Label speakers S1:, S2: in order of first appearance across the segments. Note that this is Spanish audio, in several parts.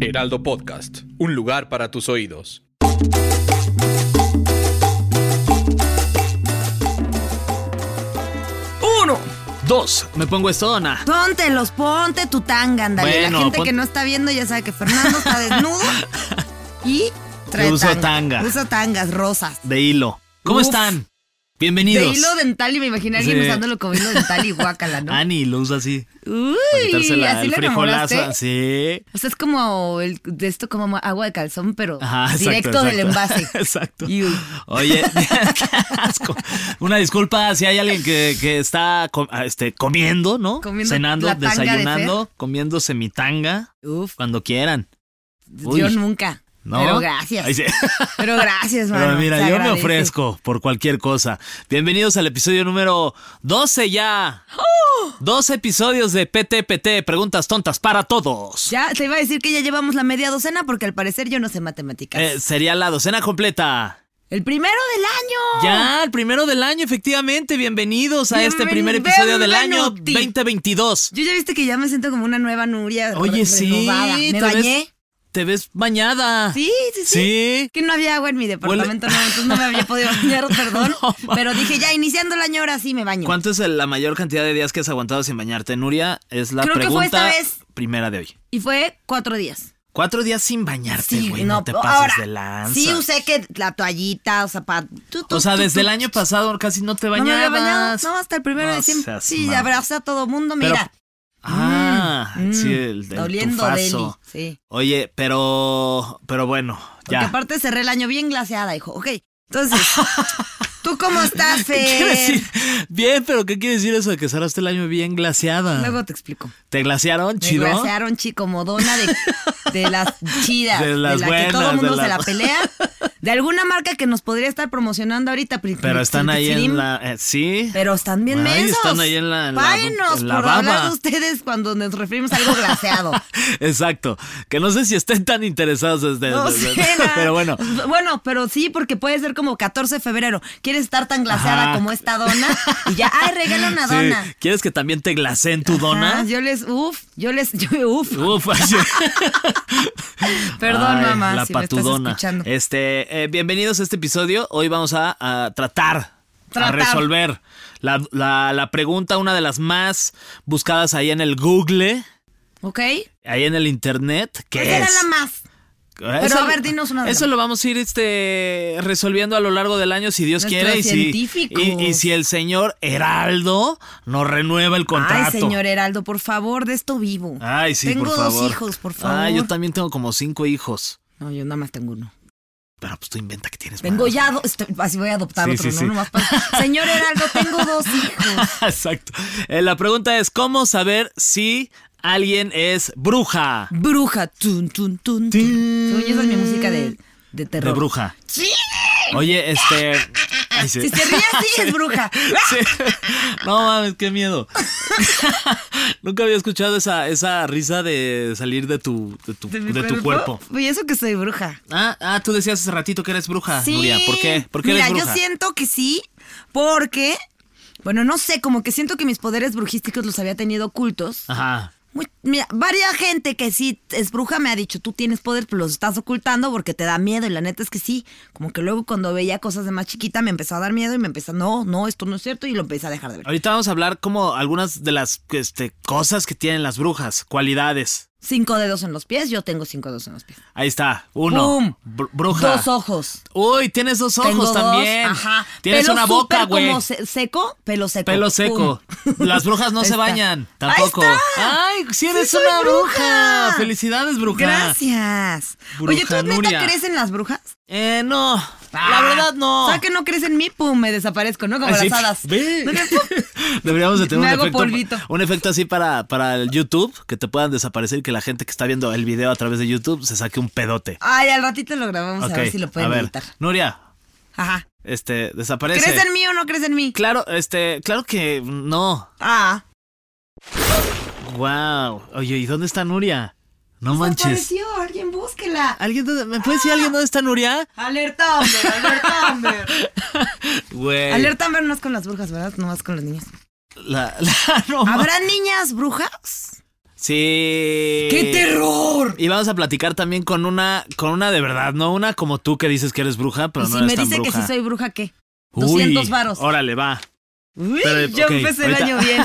S1: Heraldo Podcast, un lugar para tus oídos.
S2: Uno.
S3: Dos, me pongo estona.
S2: Póntelos, ponte tu tanga, ándale.
S3: Bueno,
S2: La gente
S3: pon-
S2: que no está viendo ya sabe que Fernando está desnudo y trae
S3: Yo uso tanga.
S2: Usa tangas rosas.
S3: De hilo. ¿Cómo
S2: Uf.
S3: están? Bienvenidos.
S2: De hilo dental y me imaginé a alguien
S3: Sí.
S2: usándolo como hilo dental y guácala, ¿no?
S3: Ani lo usa así. para
S2: Uy,
S3: quitársela
S2: así
S3: el
S2: lo enamoraste.
S3: frijolazo. Sí.
S2: O sea, es como el, de esto como agua de calzón, pero
S3: Ajá, exacto,
S2: directo del
S3: exacto.
S2: envase.
S3: Exacto.
S2: Iu.
S3: Oye, qué asco. Una disculpa si hay alguien que, que está com- este, comiendo, ¿no?
S2: Comiendo
S3: Cenando,
S2: la tanga de
S3: desayunando, comiéndose mi tanga.
S2: Uf,
S3: Cuando quieran.
S2: yo
S3: Uy.
S2: nunca.
S3: ¿No?
S2: Pero gracias.
S3: Ahí sí.
S2: Pero gracias,
S3: Pero
S2: mano.
S3: mira,
S2: se
S3: yo me
S2: agradece.
S3: ofrezco por cualquier cosa. Bienvenidos al episodio número 12 ya.
S2: ¡Oh!
S3: 12 episodios de PTPT, preguntas tontas para todos. Eh,
S2: Ya te iba a decir que ya llevamos la media docena porque al parecer yo no sé matemáticas.
S3: Eh, sería la docena completa.
S2: El primero del año.
S3: Ya, el primero del año, efectivamente. Bienvenidos a este primer
S2: Bienven-
S3: episodio del año
S2: Benvenuti.
S3: 2022.
S2: Yo ya viste que ya me siento como una nueva Nuria. re-
S3: Oye, sí.
S2: renovada. Me
S3: te
S2: bañé.
S3: Ves, te ves bañada.
S2: Sí, sí, sí.
S3: Sí.
S2: Que no había agua en mi departamento, no, entonces no me había podido bañar, perdón.
S3: No, ma.
S2: pero dije, ya iniciando el año, ahora sí me baño.
S3: ¿Cuánto es el- la mayor cantidad de días que has aguantado sin bañarte, Nuria? Es la
S2: Creo que fue esta
S3: pregunta
S2: vez.
S3: primera de hoy.
S2: Y fue cuatro días.
S3: Cuatro días sin bañarte,
S2: Sí,
S3: güey. no, te pases
S2: ahora,
S3: de lanza.
S2: Sí, usé que la toallita, o sea, pa- tú, tú,
S3: O sea,
S2: tú,
S3: desde
S2: tú.
S3: el año pasado casi no te
S2: No me
S3: bañabas.
S2: había bañado, no, hasta el primero
S3: No
S2: de diciembre.
S3: seas
S2: Sí,
S3: mal.
S2: abracé a todo mundo,
S3: Pero-
S2: mira.
S3: Ah,
S2: Mm,
S3: sí,
S2: mm,
S3: el, el
S2: Doliendo Deli,
S3: tufazo.
S2: sí.
S3: Oye, pero, pero bueno,
S2: Porque
S3: ya.
S2: aparte cerré el año bien glaseada, hijo. Ok, entonces, ¿tú cómo
S3: ¿Qué
S2: estás,
S3: quiere
S2: Fer?
S3: decir? Bien, pero ¿qué quiere decir eso de que cerraste el año bien glaciada?
S2: Luego te explico.
S3: ¿Te glaciaron,
S2: Me
S3: chido?
S2: glasearon chi, como dona de, de las chidas.
S3: De las
S2: la que
S3: buenas,
S2: todo el mundo
S3: de
S2: se la
S3: las-
S2: pelea. De alguna marca que nos podría estar promocionando ahorita. pri-
S3: Pero
S2: pri-
S3: están ahí en
S2: pri-
S3: la... eh, sí.
S2: Pero están bien
S3: Ay,
S2: mensos.
S3: están ahí en la- en la-
S2: Páguenos
S3: en la
S2: por hablar
S3: baba.
S2: de ustedes cuando nos referimos a algo glaseado.
S3: Exacto. Que no sé si estén tan interesados desde...
S2: No
S3: desde-
S2: sé, nada.
S3: pero bueno.
S2: Bueno, pero sí, porque puede ser como 14 de febrero. ¿Quieres estar tan glaseada
S3: Ajá.
S2: como esta dona? Y ya, ay, regala una
S3: Sí.
S2: dona.
S3: ¿Quieres que también te glacen tu dona?
S2: Ah, yo les, uf, yo les, yo, uf.
S3: Uf, así-
S2: Perdón,
S3: Ay,
S2: mamá,
S3: La
S2: si me estás
S3: patudona.
S2: escuchando.
S3: Este, eh, bienvenidos a este episodio. Hoy vamos a, a tratar,
S2: Tratar.
S3: a resolver la, la- la pregunta, una de las más buscadas ahí en el Google,
S2: ¿Ok?
S3: ahí en el Internet. ¿Qué
S2: ¿Cuál Pues era
S3: es? Eh,
S2: la más? Pero a ver, dinos una de
S3: Eso
S2: las-
S3: lo vamos a ir este, resolviendo a lo largo del año, si Dios
S2: Nuestros
S3: quiere. Y si,
S2: científicos.
S3: y- y si el señor Heraldo nos renueva el contrato.
S2: Ay, señor Heraldo, por favor, de esto vivo.
S3: Ay, sí,
S2: tengo
S3: por favor.
S2: dos hijos, por favor.
S3: Ay, yo también tengo como cinco hijos.
S2: No, yo nada más tengo uno.
S3: Pero pues tú inventa que tienes.
S2: Tengo
S3: más.
S2: ya dos, estoy- así voy a adoptar
S3: Sí,
S2: otro,
S3: sí,
S2: ¿no?
S3: sí.
S2: Nomás para- Señor Heraldo, tengo dos hijos.
S3: Exacto. Eh, la pregunta es: ¿cómo saber si alguien es bruja?
S2: Bruja, tun, tun, tun, tun. Según yo, esa es mi música de, de terror.
S3: De bruja.
S2: Sí,
S3: Oye, este. ay, sí.
S2: si se ríe así es bruja.
S3: Sí. No mames, qué miedo. Nunca había escuchado esa, esa risa de salir de tu, de tu, de tu cuerpo.
S2: Y eso que soy bruja.
S3: Ah, ah, tú decías hace ratito que eres bruja, Nuria. Ah, ¿Por qué? ¿Por qué
S2: Mira,
S3: eres
S2: yo
S3: bruja?
S2: siento que sí, porque, bueno, no sé, como que siento que mis poderes brujísticos los había tenido ocultos.
S3: Ajá.
S2: Muy- mira, varias gente que sí es bruja me ha dicho, tú tienes poder, pero los estás ocultando porque te da miedo. Y la neta es que sí, como que luego cuando veía cosas de más chiquita me empezó a dar miedo y me empezó, no, no, esto no es cierto y lo empecé a dejar de ver.
S3: Ahorita vamos a hablar como algunas de las este, cosas que tienen las brujas, cualidades.
S2: Cinco dedos en los pies, yo tengo cinco dedos en los pies.
S3: Ahí está, uno.
S2: ¡Pum!
S3: Br- bruja.
S2: Dos ojos.
S3: Uy, tienes dos ojos
S2: Tengo dos,
S3: también.
S2: Ajá.
S3: Tienes
S2: Pelo
S3: una boca,
S2: súper
S3: güey.
S2: Como se- seco, pelo seco.
S3: Pelo seco.
S2: Pum.
S3: Las brujas no
S2: Ahí
S3: se
S2: está.
S3: bañan.
S2: Ahí
S3: Tampoco.
S2: está.
S3: Ay, si eres
S2: Sí soy
S3: una bruja.
S2: bruja.
S3: Felicidades, bruja.
S2: Gracias. Oye, ¿tú
S3: Bruja
S2: neta
S3: Nuria.
S2: crees en las brujas?
S3: Eh, no.
S2: Ah.
S3: La verdad, no.
S2: O sea que no crees en mí, pum, me desaparezco, ¿no? Como
S3: Así,
S2: las hadas.
S3: ve.
S2: Pum.
S3: Deberíamos de tener
S2: Me
S3: un
S2: hago
S3: efecto,
S2: polvito.
S3: un efecto así para, para el YouTube, que te puedan desaparecer y que la gente que está viendo el video a través de YouTube se saque un pedote.
S2: Ay, al ratito lo grabamos
S3: Ok,
S2: a ver si lo pueden
S3: a ver,
S2: editar.
S3: Nuria,
S2: Ajá.
S3: este, desaparece.
S2: ¿Crees en mí o no crees en mí?
S3: Claro, este, claro que no.
S2: Ah.
S3: Wow. Oye, ¿y dónde está Nuria? No manches.
S2: Desapareció, alguien búsquela.
S3: ¿Alguien dónde- ¿Me puede decir alguien dónde está Nuria?
S2: Alerta, hombre, alerta, hombre.
S3: Güey.
S2: Alerta, hombre, no es con las brujas, ¿verdad? No es con los niños.
S3: La, la- no ma-
S2: ¿Habrá niñas brujas?
S3: Sí.
S2: terror!
S3: Y vamos a platicar también con una, con una de verdad, no una como tú que dices que eres bruja, pero
S2: y
S3: no
S2: si
S3: eres
S2: me
S3: tan
S2: dice que
S3: bruja.
S2: si soy bruja, ¿qué?
S3: Uy,
S2: 200 varos.
S3: Órale, va.
S2: Uy,
S3: Pero,
S2: yo
S3: ok,
S2: empecé el
S3: ahorita-
S2: año bien.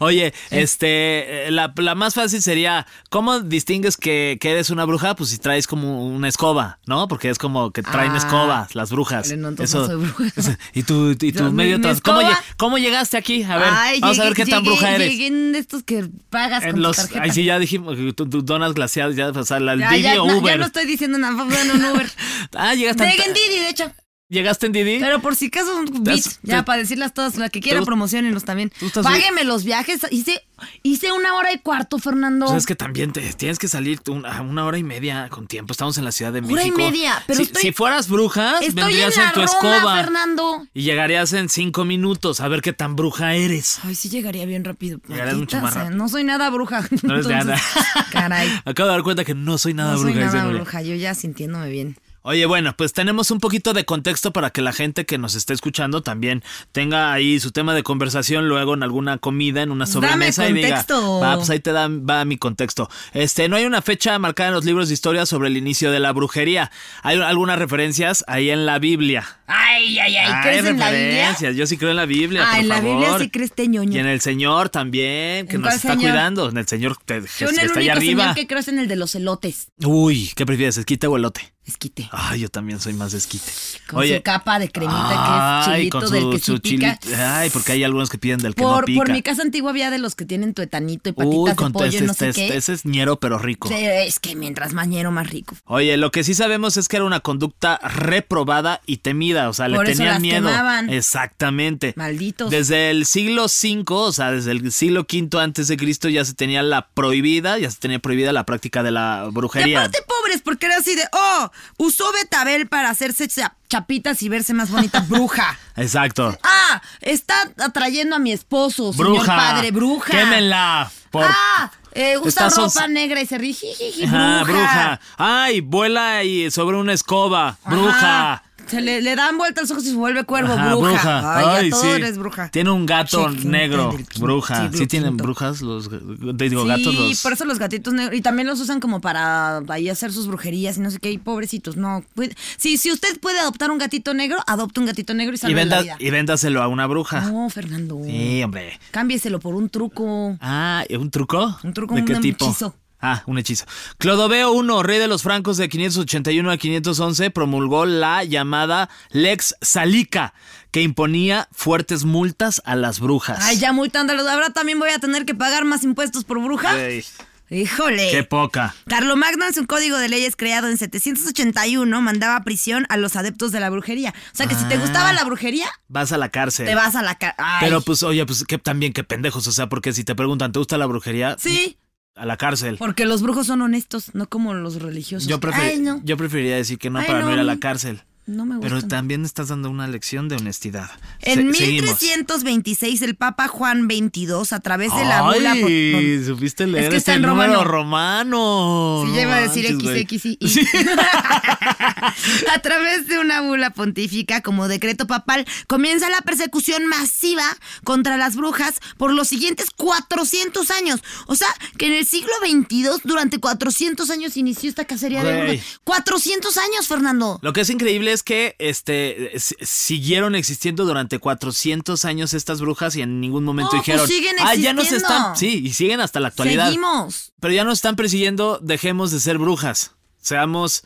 S3: Oye, este, eh, la, la más fácil sería, ¿cómo distingues que, que eres una bruja? Pues si traes como una escoba, ¿no? Porque es como que traen
S2: Ah.
S3: escobas las brujas.
S2: Vale, no, entonces no soy bruja.
S3: Eso- Y tu, y tu
S2: Yo, mi-
S3: medio
S2: mi
S3: trans- ¿Cómo,
S2: escoba-
S3: lle- cómo llegaste aquí? A ver,
S2: Ay,
S3: vamos a ver qué
S2: llegué-
S3: tan bruja
S2: llegué-
S3: eres.
S2: Llegué en estos que pagas
S3: En
S2: con
S3: los,
S2: tu tarjeta.
S3: ahí sí ya dijimos, tu, tu donas glaciadas, ya, o sea, la
S2: Ya,
S3: Didi
S2: ya,
S3: o
S2: no, ya
S3: Uber.
S2: no estoy diciendo nada, fue en un Uber.
S3: Ah, llegaste,
S2: Llegué en
S3: en,
S2: Didi, de hecho.
S3: llegaste en Didi.
S2: Pero por si acaso un beat,
S3: has-
S2: ya
S3: te-
S2: para decirlas todas, la que quiera,
S3: gust-
S2: promocionenlos también.
S3: Tú estás-
S2: Págueme los viajes. Hice, hice una hora y cuarto, Fernando.
S3: Pues es que también te, tienes que salir tú una, una hora y media con tiempo. Estamos en la Ciudad de
S2: Hora y
S3: México.
S2: media, pero
S3: si,
S2: estoy-
S3: si fueras bruja,
S2: Estoy en
S3: vendrías
S2: la
S3: en tu
S2: Roma,
S3: escoba.
S2: Fernando.
S3: Y llegarías en cinco minutos a ver qué tan bruja eres.
S2: Ay, sí llegaría bien rápido.
S3: Llegarías mucho
S2: maldita
S3: más
S2: sea,
S3: rápido.
S2: No soy nada bruja.
S3: No eres
S2: entonces,
S3: nada.
S2: Caray.
S3: Acabo de dar cuenta que no soy nada
S2: No
S3: bruja.
S2: soy
S3: dice
S2: nada
S3: Nuria.
S2: bruja, yo ya sintiéndome bien.
S3: Oye, bueno, pues tenemos un poquito de contexto para que la gente que nos esté escuchando también tenga ahí su tema de conversación luego en alguna comida, en una
S2: Dame
S3: sobremesa y
S2: contexto.
S3: diga, va, pues ahí te da, va mi contexto. Este, no hay una fecha marcada en los libros de historia sobre el inicio de la brujería. Hay algunas referencias ahí en la Biblia.
S2: Ay, ay, ay,
S3: Hay
S2: ¿crees en la Biblia?
S3: referencias. Yo sí creo en la Biblia.
S2: Ah,
S3: por
S2: en la Biblia
S3: favor.
S2: sí crees, te ñoño.
S3: Y en el Señor también, que
S2: ¿En
S3: nos
S2: cuál
S3: está
S2: Señor?
S3: cuidando. En el Señor que, que
S2: Yo en el
S3: está allá
S2: único
S3: arriba.
S2: señor que creo es en el de los elotes.
S3: Uy, ¿qué prefieres, esquite o elote?
S2: Esquite.
S3: Ay, yo también soy más de esquite.
S2: Con su capa de cremita
S3: ay,
S2: que es
S3: con
S2: chilito
S3: su-
S2: del que
S3: su
S2: sí pica.
S3: chili- Ay, porque hay algunos que piden del que no
S2: Por,
S3: pica.
S2: por mi casa antigua había de los que tienen tuetanito y patitas
S3: Uy,
S2: de
S3: con
S2: pollo
S3: este,
S2: y no sé
S3: este-
S2: qué.
S3: ese es ñero pero rico.
S2: Sí, es que mientras mañero más rico.
S3: Oye, lo que sí sabemos es que era una conducta reprobada y temida, o sea,
S2: Por
S3: le
S2: eso
S3: tenían
S2: las
S3: miedo.
S2: quemaban.
S3: Exactamente.
S2: Malditos.
S3: Desde el siglo V, o sea, desde el siglo V antes de Cristo ya se tenía la prohibida, ya se tenía prohibida la práctica de la
S2: Y
S3: brujería.
S2: aparte pobres, porque era así de, oh, usó Betabel para hacerse cha- chapitas y verse más bonita. Bruja.
S3: Exacto.
S2: Ah, está atrayendo a mi esposo, señor
S3: Bruja.
S2: padre, bruja.
S3: Quémenla. Por...
S2: Ah, eh, usa
S3: Estás
S2: ropa
S3: os-
S2: negra y se ríe. jijiji,
S3: Ajá,
S2: bruja.
S3: bruja. Ay, vuela y sobre una escoba.
S2: Ajá.
S3: Bruja.
S2: Se le, le dan vuelta los ojos y se vuelve cuervo,
S3: Ajá,
S2: bruja. Ay, ya todo
S3: sí.
S2: eres bruja.
S3: Tiene un gato
S2: Sí, quinta
S3: negro,
S2: del quinto,
S3: bruja.
S2: siglo
S3: Sí tienen
S2: quinto.
S3: brujas los te digo
S2: Sí,
S3: gatos los
S2: por eso los gatitos negros. Y también los usan como para ahí hacer sus brujerías y no sé qué. Y pobrecitos, no. puede- Sí, si usted puede adoptar un gatito negro, adopte un gatito negro y
S3: y,
S2: salve
S3: venda-
S2: la vida.
S3: y véndaselo a una bruja.
S2: No, Fernando.
S3: Sí, hombre.
S2: Cámbieselo por un truco.
S3: Ah, ¿un truco?
S2: Un truco,
S3: ¿De
S2: un
S3: qué tipo?
S2: hechizo.
S3: Ah, un hechizo. Clodoveo I, rey de los francos de 581 a 511, promulgó la llamada Lex Salica, que imponía fuertes multas a las brujas.
S2: Ay, ya muy tándalos. Ahora también voy a tener que pagar más impuestos por bruja.
S3: Ey,
S2: Híjole.
S3: qué poca.
S2: Carlomagno en su código de leyes creado en 781 mandaba a prisión a los adeptos de la brujería. O sea que
S3: Ah.
S2: si te gustaba la brujería,
S3: Vas a la cárcel.
S2: te vas a la cara.
S3: Pero pues, oye, pues que, también qué pendejos, o sea, porque si te preguntan, ¿te gusta la brujería?
S2: Sí,
S3: A la cárcel.
S2: porque los brujos son honestos, no como los religiosos.
S3: Yo, prefer-
S2: Ay, no.
S3: yo preferiría decir que no
S2: Ay,
S3: para no,
S2: no,
S3: ir a
S2: a
S3: la
S2: mí
S3: cárcel.
S2: No me
S3: Pero
S2: gustan.
S3: también estás dando una lección de honestidad.
S2: En
S3: Se- seguimos.
S2: 1326, el Papa Juan XXII, a través de la
S3: Ay,
S2: bula. por- por-
S3: supiste
S2: Es
S3: leer
S2: que
S3: este
S2: está en romano.
S3: número romano.
S2: Sí,
S3: No
S2: ya iba a decir
S3: manches, güey.
S2: XX y- a través de una bula pontífica como decreto papal, comienza la persecución masiva contra las brujas por los siguientes 400 años. O sea, que en el siglo XXII, durante 400 años, inició esta cacería de
S3: Güey.
S2: brujas. ¡400 años, Fernando!
S3: Lo que es increíble es que este s- siguieron existiendo durante 400 años estas brujas y en ningún momento
S2: No, pues
S3: dijeron,
S2: siguen
S3: "Ah, ya nos
S2: existiendo".
S3: están, sí, y siguen hasta la actualidad.
S2: Seguimos.
S3: Pero ya nos están persiguiendo, dejemos de ser brujas. Seamos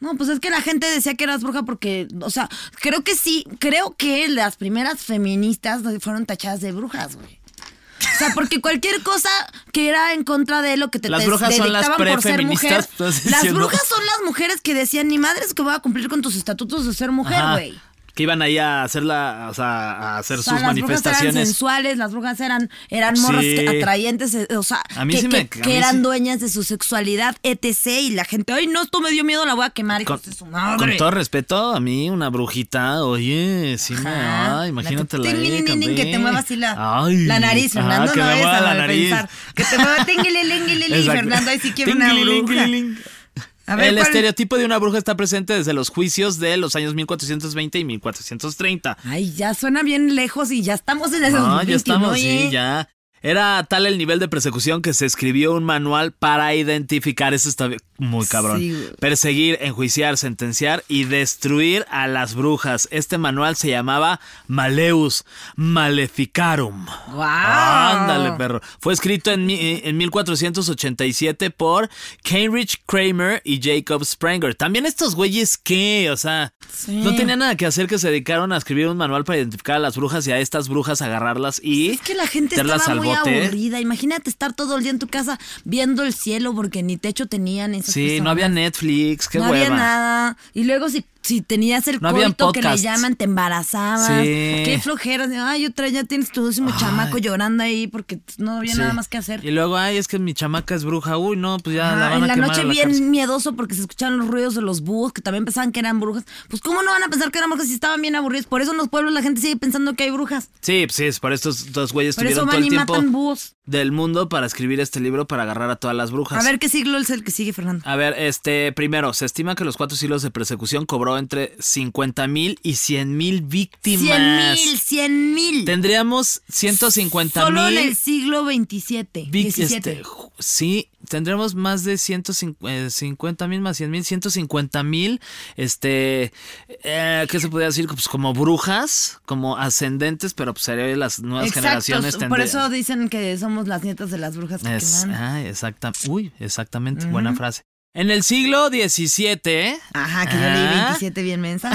S2: No, pues es que la gente decía que eras bruja porque, o sea, creo que sí, creo que las primeras feministas fueron tachadas de brujas, güey. O sea, porque cualquier cosa que era en contra de lo que te
S3: Las
S2: te-
S3: brujas
S2: te
S3: son las
S2: dictaban por ser mujer.
S3: prefeministas, estás
S2: Las
S3: diciendo.
S2: brujas son las mujeres que decían, ni madres que voy a cumplir con tus estatutos de ser mujer,
S3: Ajá.
S2: güey.
S3: Que iban ahí a hacer, la, o sea, a hacer
S2: O sea,
S3: sus
S2: las brujas eran
S3: manifestaciones.
S2: sensuales, las brujas eran, eran morras
S3: Sí.
S2: que- atrayentes, eh, o sea,
S3: A mí
S2: que,
S3: sí me-
S2: que-
S3: a
S2: que
S3: mí
S2: eran
S3: sí.
S2: dueñas de su sexualidad, etc. Y la gente, ay, no, esto me dio miedo, la voy a quemar. hijos de su madre.
S3: Con todo respeto, a mí una brujita, oye, sí me.
S2: Ajá.
S3: Ay, imagínate
S2: La
S3: la. E
S2: que- ting, ting, ting, que te mueva así la,
S3: Ay.
S2: la nariz,
S3: Ajá,
S2: Fernando.
S3: que
S2: no
S3: me
S2: es
S3: mueva
S2: a
S3: la
S2: la de
S3: nariz.
S2: pensar. Que te mueva tinglilingilili,
S3: Exacto.
S2: Fernando. Ahí sí quiero una bruja.
S3: Tinglilingililin.
S2: A ver,
S3: el
S2: ¿cuál?
S3: estereotipo de una bruja está presente desde los juicios de los años 1420 y 1430.
S2: Ay, ya suena bien lejos y ya estamos en esos
S3: Ah, ya
S2: 21,
S3: estamos,
S2: oye.
S3: sí, ya. Era tal el nivel de persecución que se escribió un manual para identificar, eso está bien- muy cabrón,
S2: Sí, güey.
S3: perseguir, enjuiciar, sentenciar y destruir a las brujas. Este manual se llamaba Maleus Maleficarum.
S2: Guau.
S3: Ándale, perro. Fue escrito en, mi- eh, en 1487 por Heinrich Kramer y Jacob Sprenger. También estos güeyes que, o sea, no tenían nada que hacer que se dedicaron a escribir un manual para identificar a las brujas y a estas brujas agarrarlas y
S2: Pues Es que la gente
S3: meterlas
S2: estaba
S3: al
S2: muy
S3: bote.
S2: aburrida. Imagínate estar todo el día en tu casa viendo el cielo porque ni techo tenían esas
S3: Sí, no
S2: personas.
S3: había Netflix, qué
S2: no
S3: hueva.
S2: había nada. Y luego si, si tenías el
S3: No habían
S2: coito que le
S3: podcasts.
S2: llaman, te embarazabas.
S3: Sí.
S2: Qué flojeras. Ay, otra ya tienes tu décimo chamaco llorando ahí porque no había
S3: Sí.
S2: nada más que hacer.
S3: Y luego, ay, es que mi chamaca es bruja. Uy, no, pues ya
S2: Ajá,
S3: la van a
S2: en la
S3: quemar
S2: noche
S3: a la
S2: bien
S3: cárcel.
S2: miedoso porque se escuchaban los ruidos de los búhos que también pensaban que eran brujas. Pues cómo no van a pensar que eran brujas si estaban bien aburridos. Por eso en los pueblos la gente sigue pensando que hay brujas.
S3: Sí, pues sí, es por estos dos güeyes
S2: Por eso
S3: tuvieron todo
S2: van
S3: el
S2: y
S3: tiempo
S2: matan búhos.
S3: del mundo para escribir este libro para agarrar a todas las brujas.
S2: A ver qué siglo es el que sigue, Fernando.
S3: A ver, este, primero, se estima que los cuatro siglos de persecución cobró entre 50 mil y 100 mil
S2: Cien
S3: víctimas.
S2: mil, cien mil.
S3: Tendríamos 150
S2: Solo en el
S3: mil. este,
S2: siglo 27, 17.
S3: sí, tendremos más de 150 mil más 100 mil, 150 mil, este, eh, ¿qué se podría decir? Pues como brujas, como ascendentes, pero pues serían las nuevas generaciones.
S2: Por
S3: tendrían-
S2: eso dicen que somos las nietas de las brujas que
S3: Es-
S2: queman.
S3: ah, exacta- uy, exactamente, buena frase. En el siglo XVII,
S2: Ajá, que yo leí
S3: Ah.
S2: 27 bien mensa.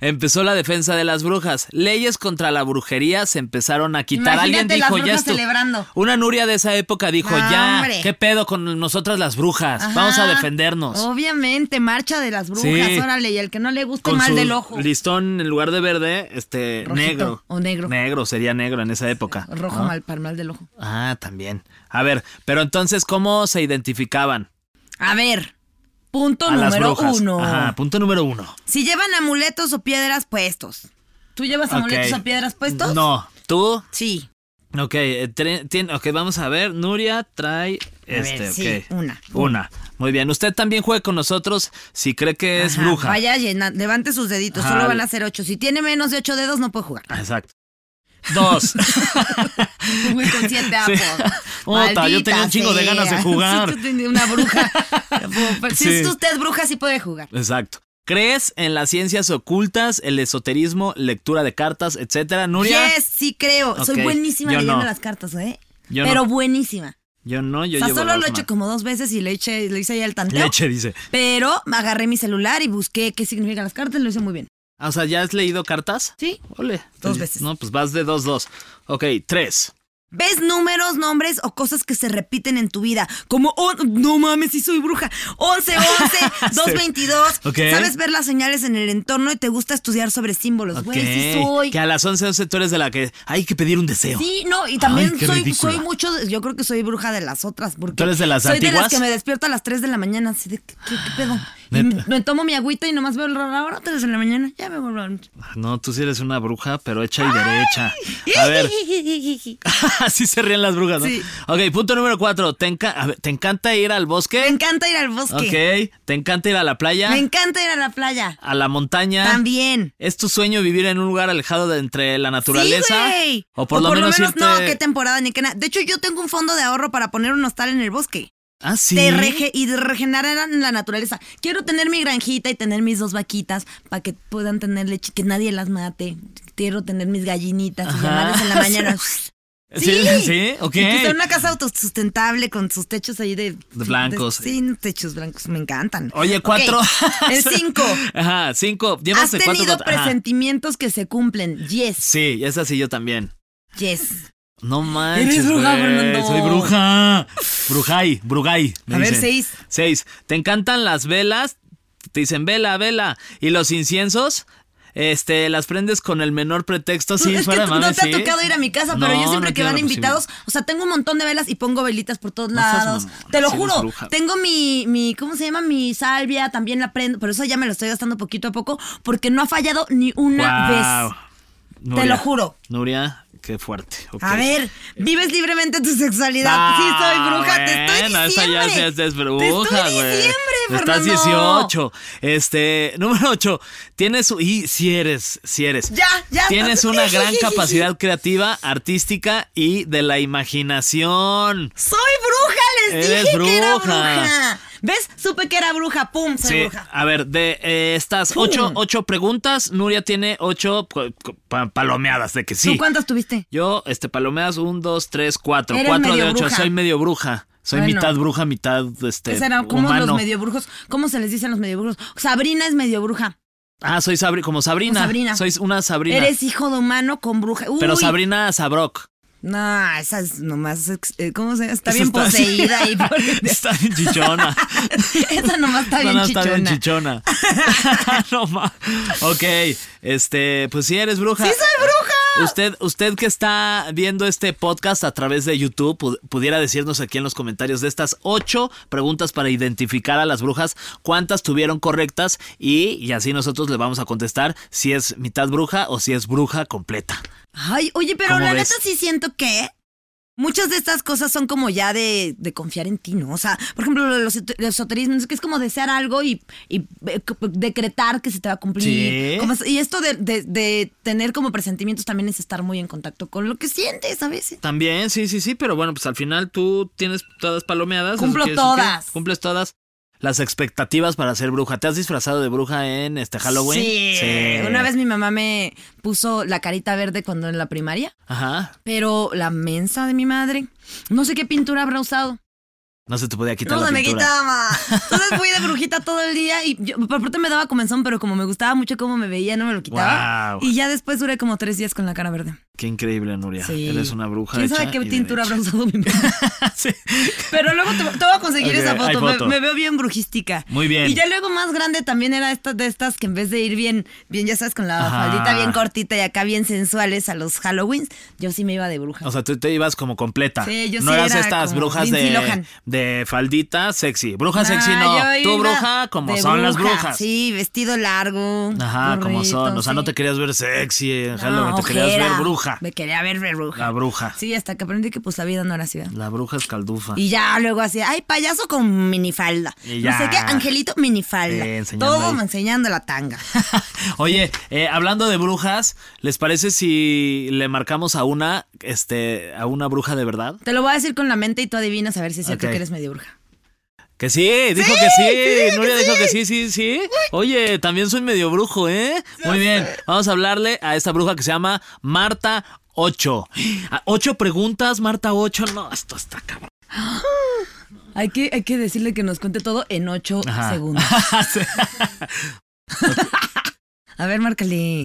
S3: Empezó la defensa de las brujas. Leyes contra la brujería se empezaron a quitar.
S2: Imagínate
S3: Alguien
S2: las
S3: dijo, ya
S2: brujas
S3: estuvo.
S2: celebrando.
S3: Una Nuria de esa época dijo,
S2: No,
S3: ya,
S2: hombre.
S3: ¿qué pedo con nosotras las brujas? Vamos a
S2: Ajá. Oh,
S3: defendernos.
S2: Obviamente, marcha de las brujas,
S3: Sí.
S2: órale, y el que no le guste
S3: Con
S2: mal
S3: su
S2: del ojo.
S3: Listón en lugar de verde, este,
S2: Rojito
S3: negro.
S2: o negro.
S3: Negro, sería negro en esa época.
S2: Rojo
S3: ¿no?
S2: mal para mal del ojo.
S3: Ah, también. A ver, pero entonces, ¿cómo se identificaban
S2: A ver, punto
S3: a las
S2: número
S3: brujas?
S2: uno.
S3: Ajá, punto número uno.
S2: Si llevan amuletos o piedras puestos. ¿Tú llevas amuletos
S3: Ok.
S2: o piedras puestos?
S3: No, tú
S2: Sí.
S3: Ok, eh, tre- tiene- ok, vamos a ver. Nuria trae
S2: ver,
S3: este,
S2: sí,
S3: ok.
S2: una.
S3: Una. Muy bien. Usted también juega con nosotros si cree que es
S2: Ajá,
S3: bruja.
S2: Vaya, llena, levante sus deditos,
S3: Ajá.
S2: solo van a ser ocho. Si tiene menos de ocho dedos, no puede jugar.
S3: Exacto. Dos.
S2: Jugué con siete apos.
S3: Puta, yo tenía un chingo de ganas de jugar.
S2: Sí, tú tenías una bruja. Si
S3: Sí.
S2: es usted bruja, sí puede jugar.
S3: Exacto. ¿Crees en las ciencias ocultas, el esoterismo, lectura de cartas, etcétera? Nuria.
S2: Yes, sí creo.
S3: Ok,
S2: Soy buenísima
S3: yo
S2: leyendo
S3: no.
S2: las cartas, ¿eh?
S3: Yo
S2: Pero
S3: no.
S2: buenísima.
S3: Yo no, yo
S2: o sea,
S3: llevo
S2: solo
S3: la
S2: lo he
S3: última.
S2: hecho como dos veces y le, eché, le hice ahí el tanteo.
S3: Leche, dice.
S2: Pero agarré mi celular y busqué qué significan las cartas, lo hice muy bien.
S3: Ah, O sea, ¿ya has leído cartas?
S2: Sí.
S3: Ole.
S2: Dos veces.
S3: No, pues vas de dos, dos. Ok, tres.
S2: ¿Ves números, nombres o cosas que se repiten en tu vida? Como, on- no mames, sí soy bruja. 11, 11, 222.
S3: Ok.
S2: Sabes ver las señales en el entorno y te gusta estudiar sobre símbolos. Güey, sí
S3: Ok,
S2: soy.
S3: Que a las 11, 11 tú eres de la que hay que pedir un deseo.
S2: Sí, no, y también
S3: Ay, qué
S2: soy,
S3: ridícula.
S2: soy mucho, de- yo creo que soy bruja de las otras, porque
S3: ¿Tú eres de las
S2: soy de
S3: antiguas? Ah,
S2: las que me despierto a las 3 de la mañana, así de, ¿qué, qué- qué pedo? Y
S3: Neta.
S2: me tomo mi agüita y nomás veo el reloj ahora 3 de la mañana, ya me vuelvo a dormir.
S3: Ah, No, tú sí eres una bruja, pero hecha y derecha. A ver, así se ríen las brujas, ¿no?
S2: Sí.
S3: Ok, punto número cuatro. ¿Te, enca- a ver, ¿te encanta ir al
S2: Me
S3: bosque?
S2: encanta ir al bosque,
S3: Ok. ¿Te encanta ir a la playa?
S2: me encanta ir a la playa,
S3: ¿A la montaña?
S2: también.
S3: ¿Es tu sueño vivir en un lugar alejado de entre la naturaleza?
S2: Sí, güey.
S3: o por, lo, menos irte...
S2: no, qué temporada ni qué nada. De hecho, yo tengo un fondo de ahorro para poner un hostal en el bosque.
S3: Ah, sí.
S2: Te rege- y regenerar la naturaleza. Quiero tener mi granjita y tener mis dos vaquitas para que puedan tener leche, que nadie las mate. Quiero tener mis gallinitas y
S3: Ajá.
S2: llamarlas en la mañana.
S3: Sí, sí, sí, ok.
S2: Y que sea una casa autosustentable con sus techos ahí de...
S3: De blancos.
S2: de- sí, techos blancos, me encantan.
S3: Oye,
S2: Ok,
S3: cuatro.
S2: El cinco.
S3: Ajá, cinco.
S2: Has
S3: Llevas de cuatro,
S2: tenido
S3: cuatro. Ajá.
S2: presentimientos que se cumplen. Yes,
S3: Sí, esa sí yo también.
S2: yes.
S3: No manches.
S2: Eres bruja,
S3: güey,
S2: Fernando.
S3: Soy bruja. Brujay, brugay. me
S2: A ver,
S3: dicen.
S2: seis.
S3: Seis. ¿Te encantan las velas? Te dicen vela, vela. ¿Y los inciensos? Este, las prendes con el menor pretexto. Sí,
S2: es que
S3: fuera de
S2: tú- no
S3: mame,
S2: te
S3: sí.
S2: ha tocado ir a mi casa, pero
S3: No,
S2: yo siempre
S3: no
S2: que
S3: tiene
S2: van
S3: la
S2: invitados, o sea, tengo un montón de velas y pongo velitas por todos
S3: seas
S2: lados.
S3: mamona,
S2: te lo
S3: sí eres
S2: juro.
S3: bruja.
S2: Tengo mi, mi, ¿cómo se llama? Mi salvia, también la prendo, pero eso ya me lo estoy gastando poquito a poco porque no ha fallado ni una
S3: Guau.
S2: vez. Te lo juro.
S3: Nuria, qué fuerte. ok.
S2: A ver, vives libremente tu sexualidad.
S3: Ah,
S2: pues sí, soy bruja, te estoy
S3: bueno,
S2: diciembre.
S3: esa ya sí es, es bruja,
S2: te estoy
S3: güey.
S2: diciembre,
S3: Estás
S2: Fernando.
S3: 18. Este, número 8. Tienes y si eres, si eres.
S2: Ya, ya.
S3: Tienes una gran capacidad creativa, artística y de la imaginación.
S2: Soy bruja, les
S3: Eres
S2: dije que era
S3: bruja.
S2: bruja. ¿Ves? Supe que era bruja, pum, soy bruja.
S3: a ver, de eh, estas
S2: ¡Pum!
S3: ocho, ocho preguntas, Nuria tiene ocho co- co- pa- palomeadas de que sí.
S2: ¿Tú cuántas tuviste?
S3: Yo, este, palomeadas, un, dos, tres, cuatro.
S2: Eres
S3: cuatro de
S2: medio
S3: ocho.
S2: bruja.
S3: Soy medio bruja. Soy
S2: Bueno.
S3: mitad bruja, mitad, este,
S2: Esa era como
S3: humano.
S2: los medio brujos. ¿Cómo se les dicen los medio brujos? Sabrina es medio bruja.
S3: Ah, soy Sabri como Sabrina.
S2: Como Sabrina.
S3: Soy una Sabrina.
S2: Eres hijo de humano con bruja. Uy,
S3: Pero Sabrina Sabroc.
S2: No, esa es nomás. ex- eh, ¿Cómo se llama? Está
S3: Esa
S2: bien poseída ahí. por-
S3: está bien chichona.
S2: esa nomás está
S3: No,
S2: bien
S3: no,
S2: chichona.
S3: está bien chichona. no ma- Ok, este, pues sí eres bruja.
S2: ¡Sí soy bruja!
S3: Usted, usted que está viendo este podcast a través de YouTube, pu- pudiera decirnos aquí en los comentarios de estas ocho preguntas para identificar a las brujas, cuántas tuvieron correctas y, y así nosotros le vamos a contestar si es mitad bruja o si es bruja completa.
S2: Ay, oye, pero
S3: ¿Cómo
S2: la
S3: ves?
S2: neta sí siento que muchas de estas cosas son como ya de, de confiar en ti, ¿no? O sea, por ejemplo, lo de los esoterismos, que es como desear algo y, y, eh, c- decretar que se te va a cumplir.
S3: Sí.
S2: Como es- y esto de, de- de tener como presentimientos también es estar muy en contacto con lo que sientes a veces.
S3: También, sí, sí, sí, pero bueno, pues al final tú tienes todas palomeadas.
S2: Cumplo
S3: eso quiere decir que
S2: todas.
S3: Cumples todas las expectativas para ser bruja. ¿Te has disfrazado de bruja en este Halloween?
S2: Sí. Una vez mi mamá me puso la carita verde cuando en la primaria,
S3: Ajá.
S2: pero la mensa de mi madre, no sé qué pintura habrá usado.
S3: No se te podía quitar
S2: No
S3: la
S2: se me
S3: pintura.
S2: quitaba. Entonces fui de brujita todo el día y yo, por parte me daba comezón, pero como me gustaba mucho cómo me veía, no me lo quitaba.
S3: Guau.
S2: Y ya después duré como tres días con la cara verde.
S3: Qué increíble, Nuria.
S2: Sí.
S3: Eres una bruja.
S2: ¿Quién sabe
S3: hecha
S2: qué
S3: y
S2: pintura habrá
S3: derecha.
S2: usado mi mamá?
S3: Sí.
S2: Pero luego te, te voy a
S3: Ok,
S2: conseguir esa
S3: hay
S2: foto. Me-
S3: foto.
S2: Me, veo bien brujística.
S3: Muy bien.
S2: Y ya luego más grande también era esta, de estas que en vez de ir bien, bien, ya sabes, con la
S3: Ajá.
S2: faldita bien cortita y acá bien sensuales a los Halloweens, yo sí me iba de bruja.
S3: O sea, tú te ibas como completa.
S2: Sí, yo
S3: no
S2: sí
S3: eras
S2: era
S3: estas
S2: como
S3: brujas
S2: Lindsay
S3: de,
S2: Lohan.
S3: de faldita sexy. Bruja sexy
S2: Ah,
S3: no.
S2: yo
S3: Tú
S2: iba
S3: bruja como
S2: de
S3: son las
S2: bruja,
S3: brujas.
S2: Sí, vestido largo.
S3: Ajá, como
S2: gorrito,
S3: son. O sea, no
S2: sí.
S3: te querías ver sexy en
S2: No,
S3: Halloween, te querías
S2: ojera.
S3: ver bruja.
S2: Me quería ver ver bruja.
S3: La bruja.
S2: Sí, hasta que aprendí que pues la vida no era ciudad.
S3: La bruja escaldufa.
S2: Y ya luego así, ay, payaso con minifalda.
S3: Y
S2: No sé
S3: ya.
S2: qué, angelito, minifalda.
S3: Sí, enseñando
S2: Todo
S3: ahí.
S2: enseñando la tanga.
S3: Oye, eh, hablando de brujas, ¿les parece si le marcamos a una, este, a una bruja de verdad?
S2: Te lo voy a decir con la mente y tú adivinas a ver si es cierto
S3: Ok.
S2: que eres medio bruja.
S3: Que sí, dijo que sí. Nuria dijo que sí, sí, sí. Oye, también soy medio brujo, ¿eh? Muy bien. Vamos a hablarle a esta bruja que se llama Marta 8. Ocho preguntas, Marta 8. No, esto está cabrón.
S2: Hay que, hay que decirle que nos cuente todo en ocho
S3: Ajá.
S2: segundos.
S3: Sí.
S2: A ver, márcale.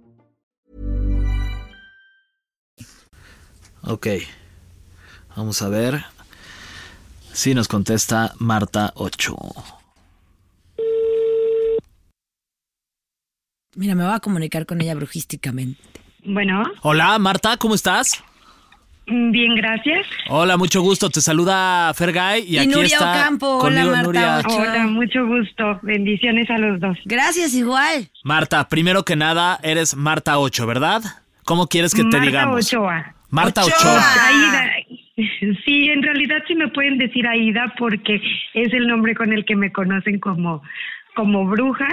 S3: ok. Vamos a ver si nos contesta Marta 8.
S2: Mira, me voy a comunicar con ella brujísticamente. Bueno,
S3: Hola, Marta, ¿cómo estás?
S2: mm, bien, gracias.
S3: Hola, mucho gusto. Te saluda Fergay y,
S4: Y
S3: aquí
S4: Nuria
S3: está
S4: Ocampo. Hola,
S3: conmigo
S4: Marta
S3: Nuria.
S4: Ocho.
S2: Hola, mucho gusto. Bendiciones a los dos.
S4: Gracias, igual.
S3: Marta, primero que nada, eres Marta 8, ¿verdad? ¿Cómo quieres que te
S2: Marta
S3: digamos?
S2: Ochoa.
S3: Marta
S4: Ochoa.
S3: 8.
S2: Aida. Sí, en realidad sí me pueden decir Aida porque es el nombre con el que me conocen como, como bruja.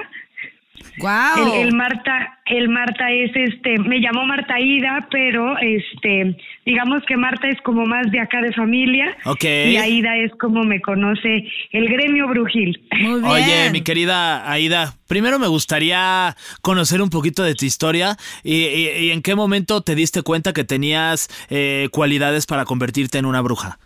S4: Wow.
S2: El, el Marta, el Marta es este, me llamo Marta Aida, pero este, digamos que Marta es como más de acá de familia.
S3: Ok.
S2: Y Aida es como me conoce el gremio brujil.
S4: Muy bien.
S3: Oye, mi querida Aida, primero me gustaría conocer un poquito de tu historia y, y- y en qué momento te diste cuenta que tenías eh, cualidades para convertirte en una bruja.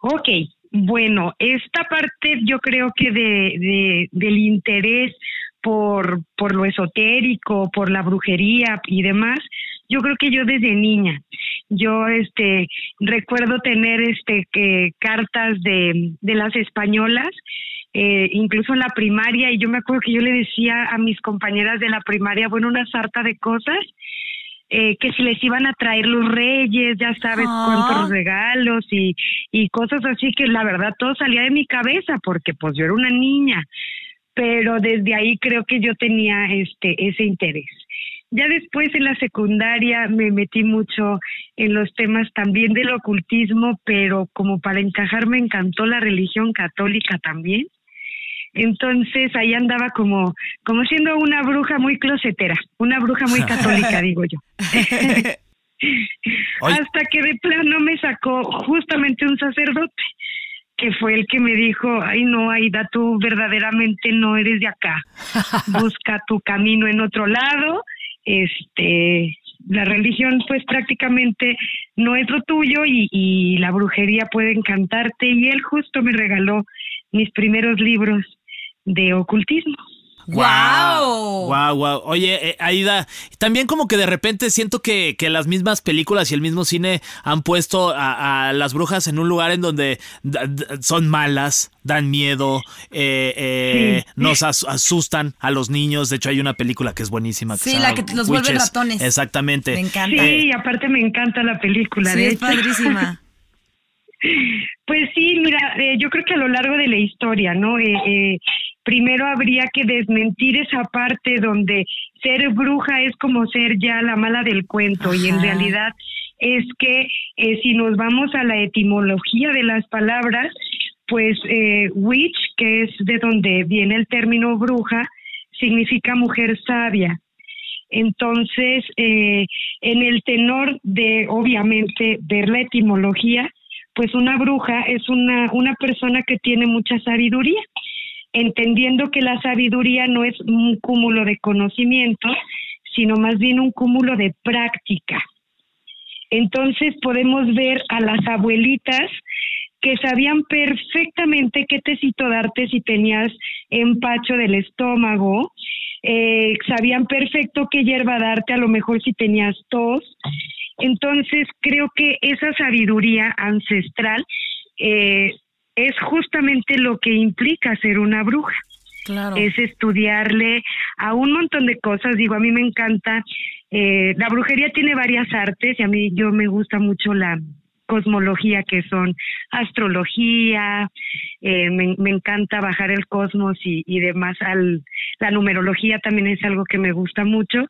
S2: Ok, bueno, esta parte yo creo que de, de- del interés por, por lo esotérico, por la brujería y demás, yo creo que yo desde niña, yo este recuerdo tener este que cartas de, de las españolas, eh, incluso en la primaria, y yo me acuerdo que yo le decía a mis compañeras de la primaria, bueno, una sarta de cosas, eh, que si les iban a traer los reyes, ya sabes
S4: Ah.
S2: cuántos regalos y, y cosas así que la verdad todo salía de mi cabeza porque pues yo era una niña, pero desde ahí creo que yo tenía este ese interés. Ya después en la secundaria me metí mucho en los temas también del ocultismo, pero como para encajar me encantó la religión católica también. Entonces ahí andaba como, como siendo una bruja muy closetera, una bruja muy católica, digo yo.
S3: Oye.
S2: Hasta que de plano me sacó justamente un sacerdote, que fue el que me dijo, ay no, Aida, tú verdaderamente no eres de acá, busca tu camino en otro lado, este, la religión pues prácticamente no es lo tuyo y, y la brujería puede encantarte y él justo me regaló mis primeros libros de ocultismo.
S4: Guau.
S3: Wow, wow. Oye, eh, Aida, también como que de repente siento que, que las mismas películas y el mismo cine han puesto a, a las brujas en un lugar en donde da- da- son malas, dan miedo, eh, eh,
S2: Sí.
S3: nos as- asustan a los niños. De hecho, hay una película que es buenísima.
S4: Sí,
S3: se
S4: la
S3: llama
S4: que los vuelve
S3: Witches.
S4: ratones.
S3: Exactamente.
S4: Me encanta.
S2: Sí, aparte me encanta la película.
S4: Sí,
S2: de
S4: es
S2: hecho.
S4: padrísima.
S2: Pues sí, mira, eh, yo creo que a lo largo de la historia, ¿no? Eh, eh, primero habría que desmentir esa parte donde ser bruja es como ser ya la mala del cuento y en
S4: Ajá.
S2: realidad es que eh, si nos vamos a la etimología de las palabras, pues eh, witch, que es de donde viene el término bruja, significa mujer sabia. Entonces, eh, en el tenor de, obviamente, ver la etimología, pues una bruja es una, una persona que tiene mucha sabiduría, entendiendo que la sabiduría no es un cúmulo de conocimientos, sino más bien un cúmulo de práctica. Entonces podemos ver a las abuelitas que sabían perfectamente qué tecito darte si tenías empacho del estómago, eh, sabían perfecto qué hierba darte a lo mejor si tenías tos. Entonces creo que esa sabiduría ancestral eh, es justamente lo que implica ser una bruja
S4: Claro.
S2: es estudiarle a un montón de cosas. Digo, a mí me encanta, eh, la brujería tiene varias artes y a mí yo me gusta mucho la cosmología que son astrología, eh, me, me encanta bajar el cosmos y, y demás. Al, la numerología también es algo que me gusta mucho,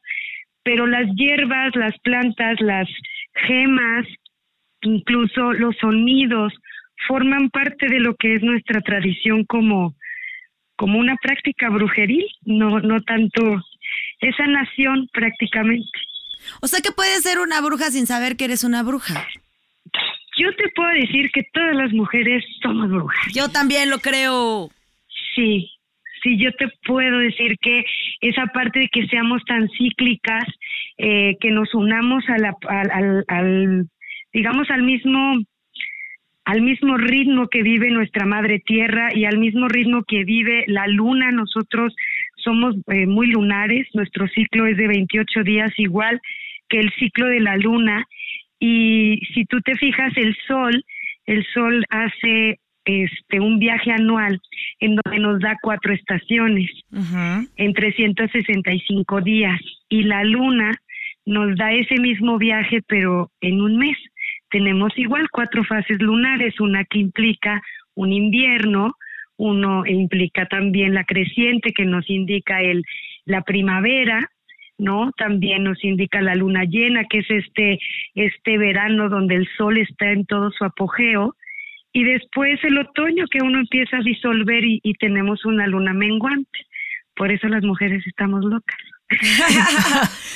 S2: pero las hierbas, las plantas, las gemas, incluso los sonidos forman parte de lo que es nuestra tradición como, como una práctica brujeril, no, no tanto esa nación prácticamente.
S4: O sea que puedes ser una bruja sin saber que eres una bruja.
S2: Yo te puedo decir que todas las mujeres somos brujas.
S4: Yo también lo creo.
S2: Sí, sí, yo te puedo decir que esa parte de que seamos tan cíclicas, eh, que nos unamos a la, al, al- al, digamos, al mismo al mismo ritmo que vive nuestra madre tierra y al mismo ritmo que vive la luna. Nosotros somos eh, muy lunares, nuestro ciclo es de 28 días igual que el ciclo de la luna. Y si tú te fijas, el sol, el sol hace este, un viaje anual en donde nos da cuatro estaciones en 365 días y la luna nos da ese mismo viaje, pero en un mes. Tenemos igual cuatro fases lunares, una que implica un invierno, uno implica también la creciente que nos indica el, la primavera, ¿no? También nos indica la luna llena, que es este, este verano donde el sol está en todo su apogeo, y después el otoño que uno empieza a disolver y, y tenemos una luna menguante. Por eso las mujeres estamos locas.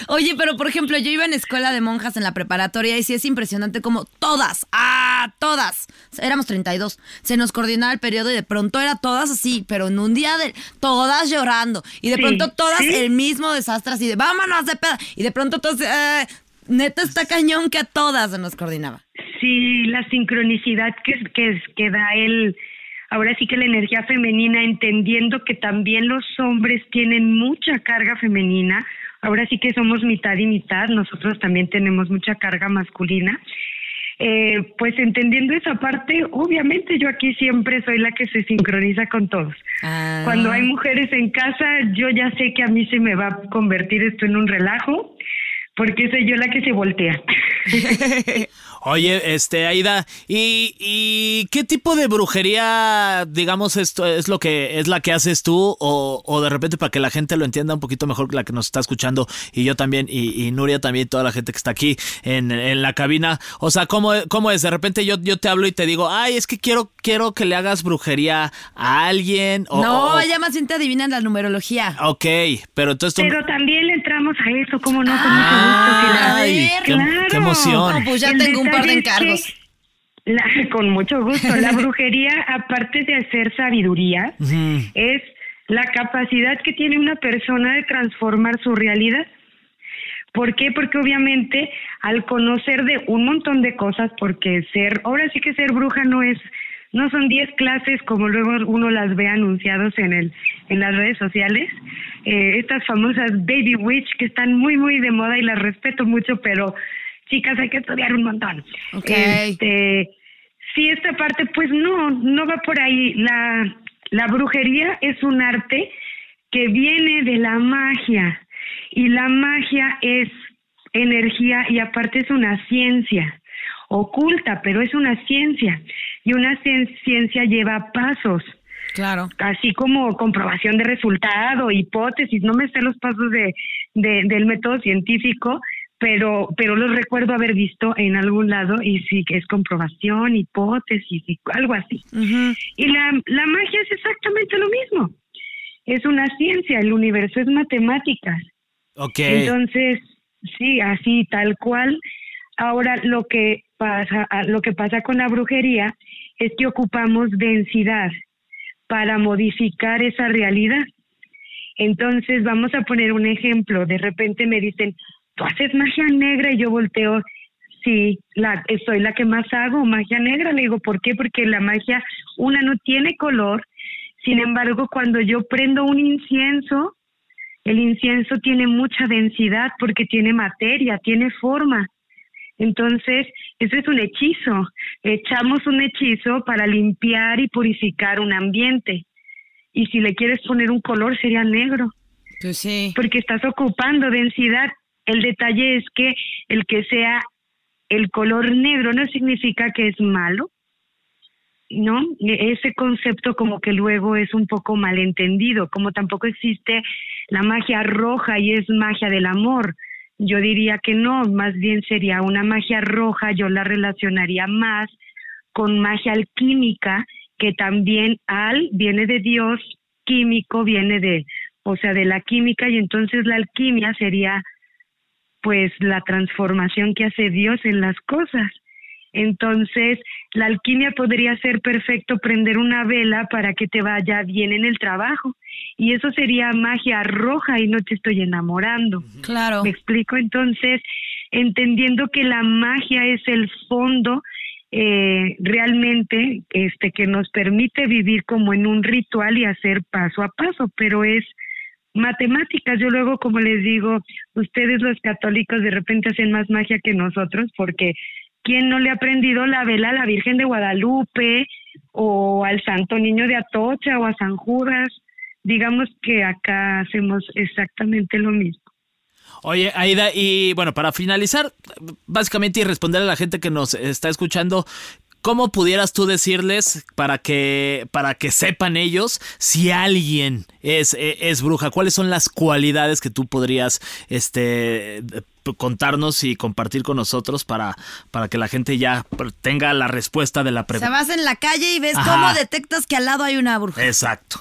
S5: Oye, pero por ejemplo, yo iba en escuela de monjas en la preparatoria y sí es impresionante como todas, ah, todas, éramos 32, se nos coordinaba el periodo y de pronto era todas así, pero en un día de todas llorando y de
S2: Sí,
S5: pronto todas
S2: sí.
S5: el mismo desastre así de vámonos de peda y de pronto todas, eh, neta está cañón que a todas se nos coordinaba.
S2: Sí, la sincronicidad que, que, que da el, ahora sí que la energía femenina, entendiendo que también los hombres tienen mucha carga femenina, ahora sí que somos mitad y mitad, nosotros también tenemos mucha carga masculina. Eh, pues entendiendo esa parte, obviamente yo aquí siempre soy la que se sincroniza con todos.
S5: Ah.
S2: Cuando hay mujeres en casa, yo ya sé que a mí se me va a convertir esto en un relajo, porque soy yo la que se voltea.
S3: Oye, este, Aida, ¿y, y qué tipo de brujería, digamos, esto es lo que es la que haces tú? O, o de repente para que la gente lo entienda un poquito mejor, la que nos está escuchando, y yo también, y, y Nuria también, toda la gente que está aquí en, en la cabina. O sea, ¿cómo, cómo es? De repente yo, yo te hablo y te digo, ay, es que quiero, quiero que le hagas brujería a alguien. O,
S5: no,
S3: o-
S5: ya más bien te adivinan la numerología.
S3: Ok, pero entonces tú-
S2: Pero también le entramos a eso, como no, con
S5: Ah,
S3: Ay,
S2: mucho gusto. Pilar.
S3: qué- qué emoción.
S5: No, pues ya tengo un par de
S2: detalle
S5: encargos.
S2: es que la- con mucho gusto. La brujería, aparte de hacer sabiduría, es la capacidad que tiene una persona de transformar su realidad. ¿Por qué? Porque obviamente al conocer de un montón de cosas, porque ser, ahora sí que ser bruja no es, no son 10 clases como luego uno las ve anunciados en el, en las redes sociales, eh, estas famosas baby witch que están muy muy de moda y las respeto mucho, pero chicas hay que estudiar un montón.
S5: Ok.
S2: Este, sí, esta parte pues no, no va por ahí. La, la brujería es un arte que viene de la magia y la magia es energía y aparte es una ciencia oculta, pero es una ciencia y una cien- ciencia lleva pasos
S5: Claro.
S2: así como comprobación de resultado, hipótesis, no me sé los pasos de, de- del método científico, pero, pero los recuerdo haber visto en algún lado y sí que es comprobación, hipótesis, y algo así. Y la, la magia es exactamente lo mismo. Es una ciencia, el universo es matemáticas.
S3: Ok.
S2: Entonces, sí, así, tal cual. Ahora lo que pasa, a- lo que pasa con la brujería es que ocupamos densidad para modificar esa realidad. Entonces, vamos a poner un ejemplo. De repente me dicen, tú haces magia negra y yo volteo, sí, la, soy la que más hago magia negra. Le digo, ¿por qué? Porque la magia, una, no tiene color. Sin embargo, cuando yo prendo un incienso, el incienso tiene mucha densidad porque tiene materia, tiene forma. Entonces, ese es un hechizo. Echamos un hechizo para limpiar y purificar un ambiente. Y si le quieres poner un color, sería negro
S5: Pues sí.
S2: porque estás ocupando densidad. El detalle es que el que sea el color negro no significa que es malo, ¿no? E-, Ese concepto como que luego es un poco malentendido, como tampoco existe la magia roja y es magia del amor. Yo diría que no, más bien sería una magia roja, yo la relacionaría más con magia alquímica, que también al viene de Dios, químico viene de, o sea, de la química, y entonces la alquimia sería pues la transformación que hace Dios en las cosas. Entonces, la alquimia podría ser perfecto prender una vela para que te vaya bien en el trabajo. Y eso sería magia roja y no te estoy enamorando.
S5: Claro.
S2: ¿Me explico? Entonces, entendiendo que la magia es el fondo eh, realmente este, que nos permite vivir como en un ritual y hacer paso a paso, pero es matemáticas. Yo luego, como les digo, ustedes los católicos de repente hacen más magia que nosotros porque ¿quién no le ha aprendido la vela a la Virgen de Guadalupe o al Santo Niño de Atocha o a San Judas? Digamos que acá hacemos exactamente lo mismo.
S3: Oye, Aida, y bueno, para finalizar, básicamente y responder a la gente que nos está escuchando, ¿cómo pudieras tú decirles para que, para que sepan ellos si alguien es, es, es bruja? ¿Cuáles son las cualidades que tú podrías este, contarnos y compartir con nosotros para, para que la gente ya tenga la respuesta de la
S2: O sea,
S3: pregunta?
S2: vas en la calle y ves
S3: Ajá.
S2: cómo detectas que al lado hay una bruja.
S3: Exacto.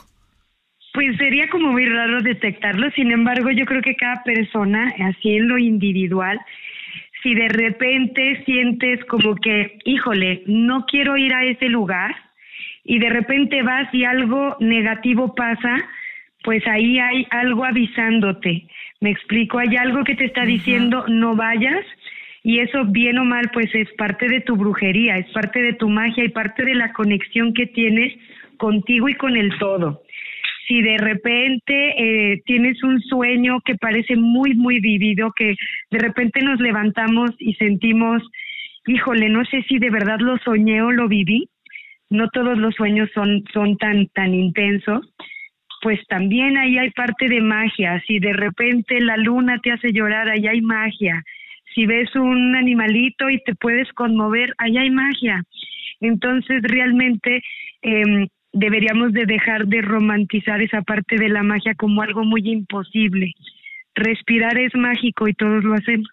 S6: Pues sería como muy raro detectarlo, sin embargo yo creo que cada persona, así en lo individual, si de repente sientes como que, híjole, no quiero ir a ese lugar y de repente vas y algo negativo pasa, pues ahí hay algo avisándote, me explico, hay algo que te está diciendo no vayas y eso bien o mal pues es parte de tu brujería, es parte de tu magia y parte de la conexión que tienes contigo y con el todo si de repente eh, tienes un sueño que parece muy, muy vivido, que de repente nos levantamos y sentimos, híjole, no sé si de verdad lo soñé o lo viví, no todos los sueños son, son tan, tan intensos, pues también ahí hay parte de magia, si de repente la luna te hace llorar, ahí hay magia, si ves un animalito y te puedes conmover, ahí hay magia. Entonces realmente em, deberíamos de dejar de romantizar esa parte de la magia como algo muy imposible. Respirar es mágico y todos lo hacemos.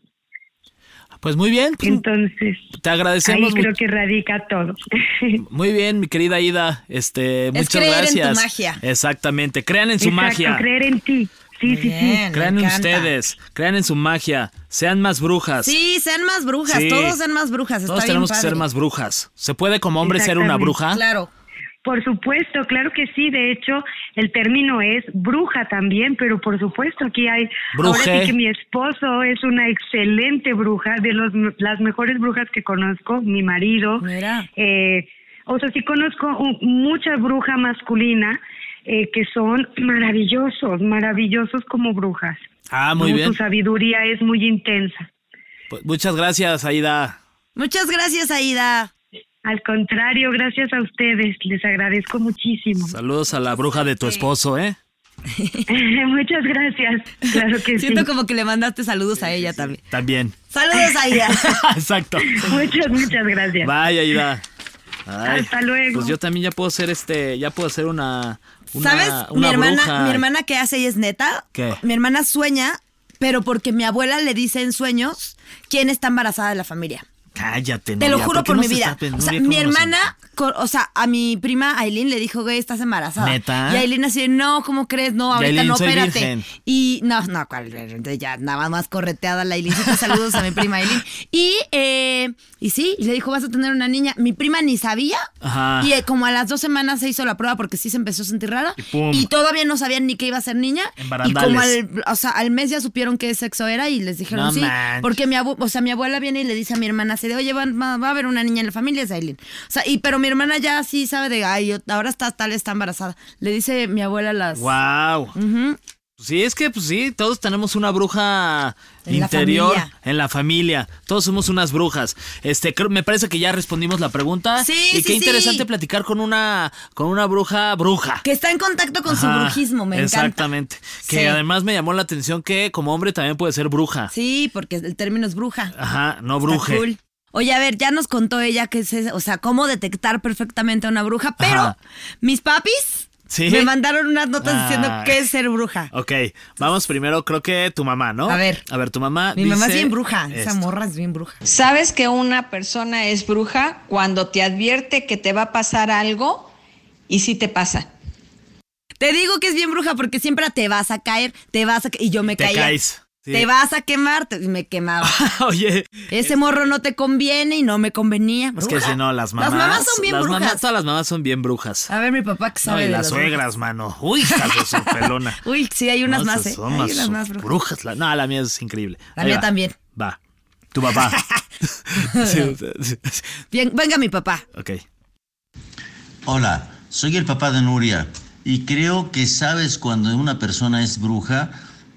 S3: Pues muy bien, pues,
S6: Entonces,
S3: te
S6: ahí
S3: agradecemos
S6: creo
S3: mucho.
S6: que radica todo.
S3: Muy bien, mi querida Ida, este, muchas
S2: creer en tu
S3: gracias.
S2: magia.
S3: Exactamente, crean en su
S6: Exacto,
S3: magia.
S6: creer en ti. Sí, sí, sí.
S2: Bien, me
S3: Crean en
S2: encanta.
S3: ustedes, crean en su magia, sean más brujas.
S2: Sí, sean más brujas,
S3: Sí.
S2: todos sean más brujas. Está
S3: Todos tenemos que
S2: bien
S3: ser
S2: padre.
S3: más brujas. ¿Se puede como hombre ser una
S6: Exactamente.
S3: bruja?
S2: Claro.
S6: Por supuesto, claro que sí. De hecho, el término es bruja también, pero por supuesto aquí hay.
S3: Bruje.
S6: Ahora sí que mi esposo es una excelente bruja, de los, las mejores brujas que conozco, mi marido.
S2: Mira.
S6: Eh, o sea, sí conozco un- mucha bruja masculina eh, que son maravillosos, maravillosos como brujas.
S3: Ah, muy
S6: Como
S3: bien.
S6: Su sabiduría es muy intensa.
S3: Pues muchas gracias, Aida.
S2: Muchas gracias, Aida.
S6: Al contrario, gracias a ustedes, les agradezco muchísimo.
S3: Saludos a la bruja de tu esposo, ¿eh?
S6: Muchas gracias. Claro que sí.
S2: Siento como que le mandaste saludos a ella también.
S3: También. Ah,
S2: Saludos, Aida.
S3: Exacto.
S6: Muchas, muchas gracias.
S3: Vaya, Aida. Ay,
S6: Hasta luego.
S3: Pues yo también ya puedo ser este, ya puedo ser una, una
S2: ¿Sabes?
S3: una
S2: mi hermana,
S3: bruja.
S2: mi hermana que hace y es neta.
S3: ¿Qué?
S2: Mi hermana sueña, pero porque mi abuela le dice en sueños quién está embarazada de la familia.
S3: Cállate,
S2: Te lo
S3: novia,
S2: juro
S3: qué
S2: por
S3: no
S2: mi
S3: se
S2: vida.
S3: tapen?
S2: O sea,
S3: Novia,
S2: mi
S3: ¿cómo nos-
S2: hermana, co- o sea, a mi prima Aileen le dijo, güey, estás embarazada.
S3: ¿Neta?
S2: Y Aileen así, de, no, ¿cómo crees? No, ahorita
S3: Aileen,
S2: no,
S3: soy
S2: espérate.
S3: virgen.
S2: Y no, no, cuál, ya nada más correteada la Aileencita. Saludos a mi prima Aileen. Y, eh, y sí, y le dijo, vas a tener una niña. Mi prima ni sabía.
S3: Ajá.
S2: Y eh, como a las dos semanas se hizo la prueba porque sí se empezó a sentir rara.
S3: Y pum.
S2: todavía no sabían ni que iba a ser niña.
S3: En
S2: y
S3: barandales.
S2: como al, o sea, al mes ya supieron qué sexo era y les dijeron
S3: No
S2: sí.
S3: manches.
S2: Porque mi, abu- o sea, mi abuela viene y le dice a mi hermana así de, oye, va, va- va a haber una niña en la familia, es Aileen. O sea, y, pero mi hermana ya sí sabe de, ay, yo- ahora está tal, está embarazada. Le dice mi abuela las...
S3: Wow. Sí, es que pues sí, todos tenemos una bruja
S2: En la
S3: interior
S2: familia.
S3: en la familia. Todos somos unas brujas. Este, creo- me parece que ya respondimos la pregunta.
S2: Sí,
S3: y
S2: sí,
S3: qué
S2: sí.
S3: interesante platicar con una con una bruja bruja.
S2: Que está en contacto con su
S3: Ajá,
S2: brujismo, me encanta.
S3: Exactamente. Que
S2: Sí.
S3: además me llamó la atención que como hombre también puede ser bruja.
S2: Sí, porque el término es bruja.
S3: Ajá, no
S2: Está
S3: Ah, bruje.
S2: cool. Oye, a ver, ya nos contó ella que es, ese- o sea, cómo detectar perfectamente a una bruja, pero
S3: Ajá.
S2: mis papis
S3: ¿Sí? Oh,
S2: me mandaron unas notas
S3: Ah.
S2: diciendo qué es ser bruja.
S3: Ok, vamos primero, creo que tu mamá, ¿no?
S2: A ver.
S3: A ver, tu mamá.
S2: Mi mamá es
S3: dice
S2: bien bruja, esa
S3: esto.
S2: morra es bien bruja.
S7: ¿Sabes que una persona es bruja cuando te advierte que te va a pasar algo y sí te pasa?
S2: Te digo que es bien bruja porque siempre te vas a caer, te vas a ca- y yo me
S3: Te
S2: caía.
S3: caes. Sí.
S2: Te vas a quemar, te- y me quemaba.
S3: Oye,
S2: Ese morro no te conviene y no me convenía.
S3: Es que
S2: Bruja.
S3: si no, las mamás.
S2: Las mamás son bien
S3: las
S2: brujas.
S3: mamás- todas las mamás son bien brujas.
S2: A ver, mi papá que
S3: No,
S2: sabe
S3: y
S2: de
S3: las
S2: las
S3: suegras, mano. Uy, hijas de su pelona.
S2: brujas. Uy, sí, hay unas
S3: No,
S2: más,
S3: esas
S2: ¿eh?
S3: Son
S2: Hay
S3: más
S2: unas más
S3: brujas.
S2: brujas.
S3: La- no, la mía es increíble.
S2: La
S3: Ahí
S2: mía
S3: va.
S2: también.
S3: Va. Tu papá. Sí, sí, sí.
S2: Bien, venga mi papá.
S3: ok.
S7: Hola, soy el papá de Nuria y creo que sabes cuando una persona es bruja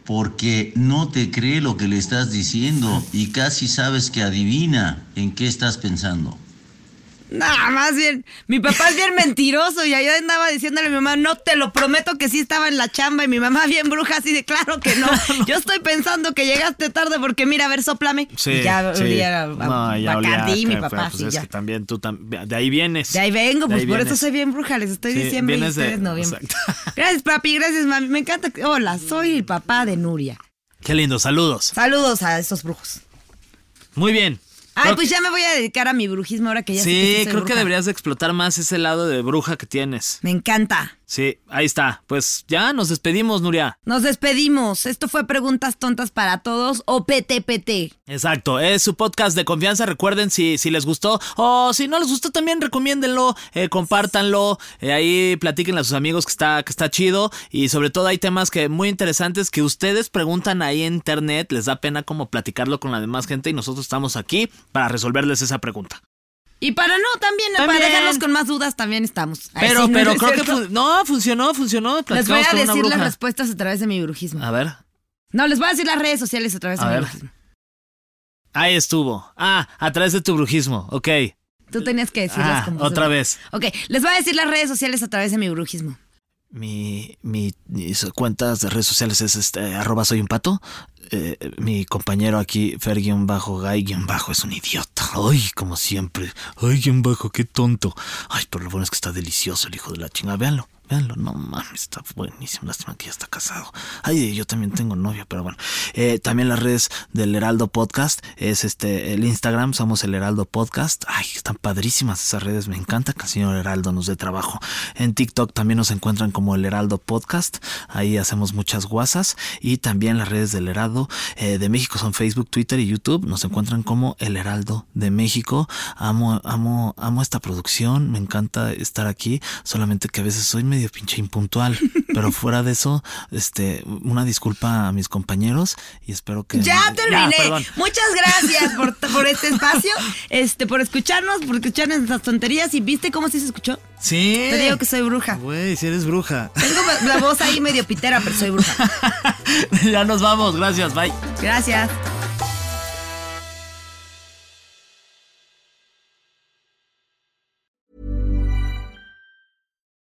S7: porque no te cree lo que le estás diciendo y casi sabes que adivina en qué estás pensando.
S2: Nada más bien. Mi papá es bien mentiroso y ahí andaba diciéndole a mi mamá, no, te lo prometo que sí estaba en la chamba. Y mi mamá bien bruja, así de claro que no. Yo estoy pensando que llegaste tarde porque mira, a ver, soplame. y ya
S3: sí.
S2: olía a- a
S3: No, ya olía
S2: Bacardí,
S3: a-
S2: mi
S3: pero
S2: papá,
S3: pues
S2: sí,
S3: es
S2: ya.
S3: que también tú tam- de ahí vienes.
S2: De ahí vengo,
S3: De
S2: pues
S3: ahí
S2: por eso
S3: vienes.
S2: soy bien bruja, les estoy
S3: Sí,
S2: diciembre y
S3: vienes de-
S2: ustedes noviembre.
S3: exacto.
S2: Gracias, papi, gracias, mami. Me encanta. que- Hola, soy el papá de Nuria.
S3: Qué lindo, saludos.
S2: Saludos a esos brujos.
S3: Muy bien.
S2: Ay,
S3: Creo-
S2: pues ya me voy a dedicar a mi brujismo ahora que ya sé
S3: sí,
S2: soy
S3: creo que
S2: bruja.
S3: deberías de explotar más ese lado de bruja que tienes.
S2: Me encanta.
S3: Sí, ahí está. Pues ya nos despedimos, Nuria.
S2: Nos despedimos. Esto fue Preguntas Tontas para Todos o PTPT.
S3: Exacto, es su podcast de confianza. Recuerden si, si les gustó o si no les gustó también recomiéndenlo, eh, compártanlo, eh, ahí platiquen a sus amigos que está, que está chido y sobre todo hay temas que muy interesantes que ustedes preguntan ahí en internet, les da pena como platicarlo con la demás gente y nosotros estamos aquí para resolverles esa pregunta.
S2: Y para no, también,
S3: También.
S2: para dejarlos con más dudas, también estamos. Ay,
S3: Pero,
S2: sí, no,
S3: pero
S2: no es
S3: creo que
S2: cierto.
S3: fun- no funcionó, funcionó.
S2: Les voy
S3: platicamos
S2: a
S3: con una
S2: decir las
S3: bruja.
S2: respuestas a través de mi brujismo.
S3: A ver.
S2: No, les voy a decir las redes sociales a través
S3: A
S2: de
S3: ver.
S2: mi brujismo.
S3: Ahí estuvo. Ah, a través de tu brujismo. Ok.
S2: Tú tenías que decirlas
S3: Ah,
S2: como.
S3: otra vez.
S2: Ok, les voy a decir las redes sociales a través de mi brujismo.
S3: Mi, mi- mis cuentas de redes sociales es este, arroba soy un pato. Eh, mi compañero aquí, Fer-Guy-Bajo, es un idiota. Ay, como siempre. Ay, guión bajo, qué tonto. Ay, pero lo bueno es que está delicioso el hijo de la chingada. Véanlo, véanlo. No mames, está buenísimo. Lástima que ya está casado. Ay, yo también tengo novia, pero bueno. Eh, también las redes del Heraldo Podcast es este el Instagram, somos el Heraldo Podcast. Ay, están padrísimas esas redes. Me encanta que el señor Heraldo nos dé trabajo. En TikTok también nos encuentran como el Heraldo Podcast. Ahí hacemos muchas guasas. Y también las redes del Heraldo eh, de México son Facebook, Twitter y YouTube. Nos encuentran como el Heraldo de México. Amo, amo, amo esta producción. Me encanta estar aquí. Solamente que a veces soy medio pinche impuntual. Pero fuera de eso, este, una disculpa a mis compañeros y espero que.
S2: Ya terminé.
S3: perdón.
S2: Muchas gracias por, por este espacio, este, por escucharnos, por escuchar nuestras tonterías. ¿Y viste cómo sí se escuchó?
S3: Sí.
S2: Te digo que soy bruja.
S3: Güey, si eres bruja.
S2: Tengo la voz ahí medio pitera, pero soy bruja.
S3: ya nos vamos. Gracias. Bye.
S2: Gracias.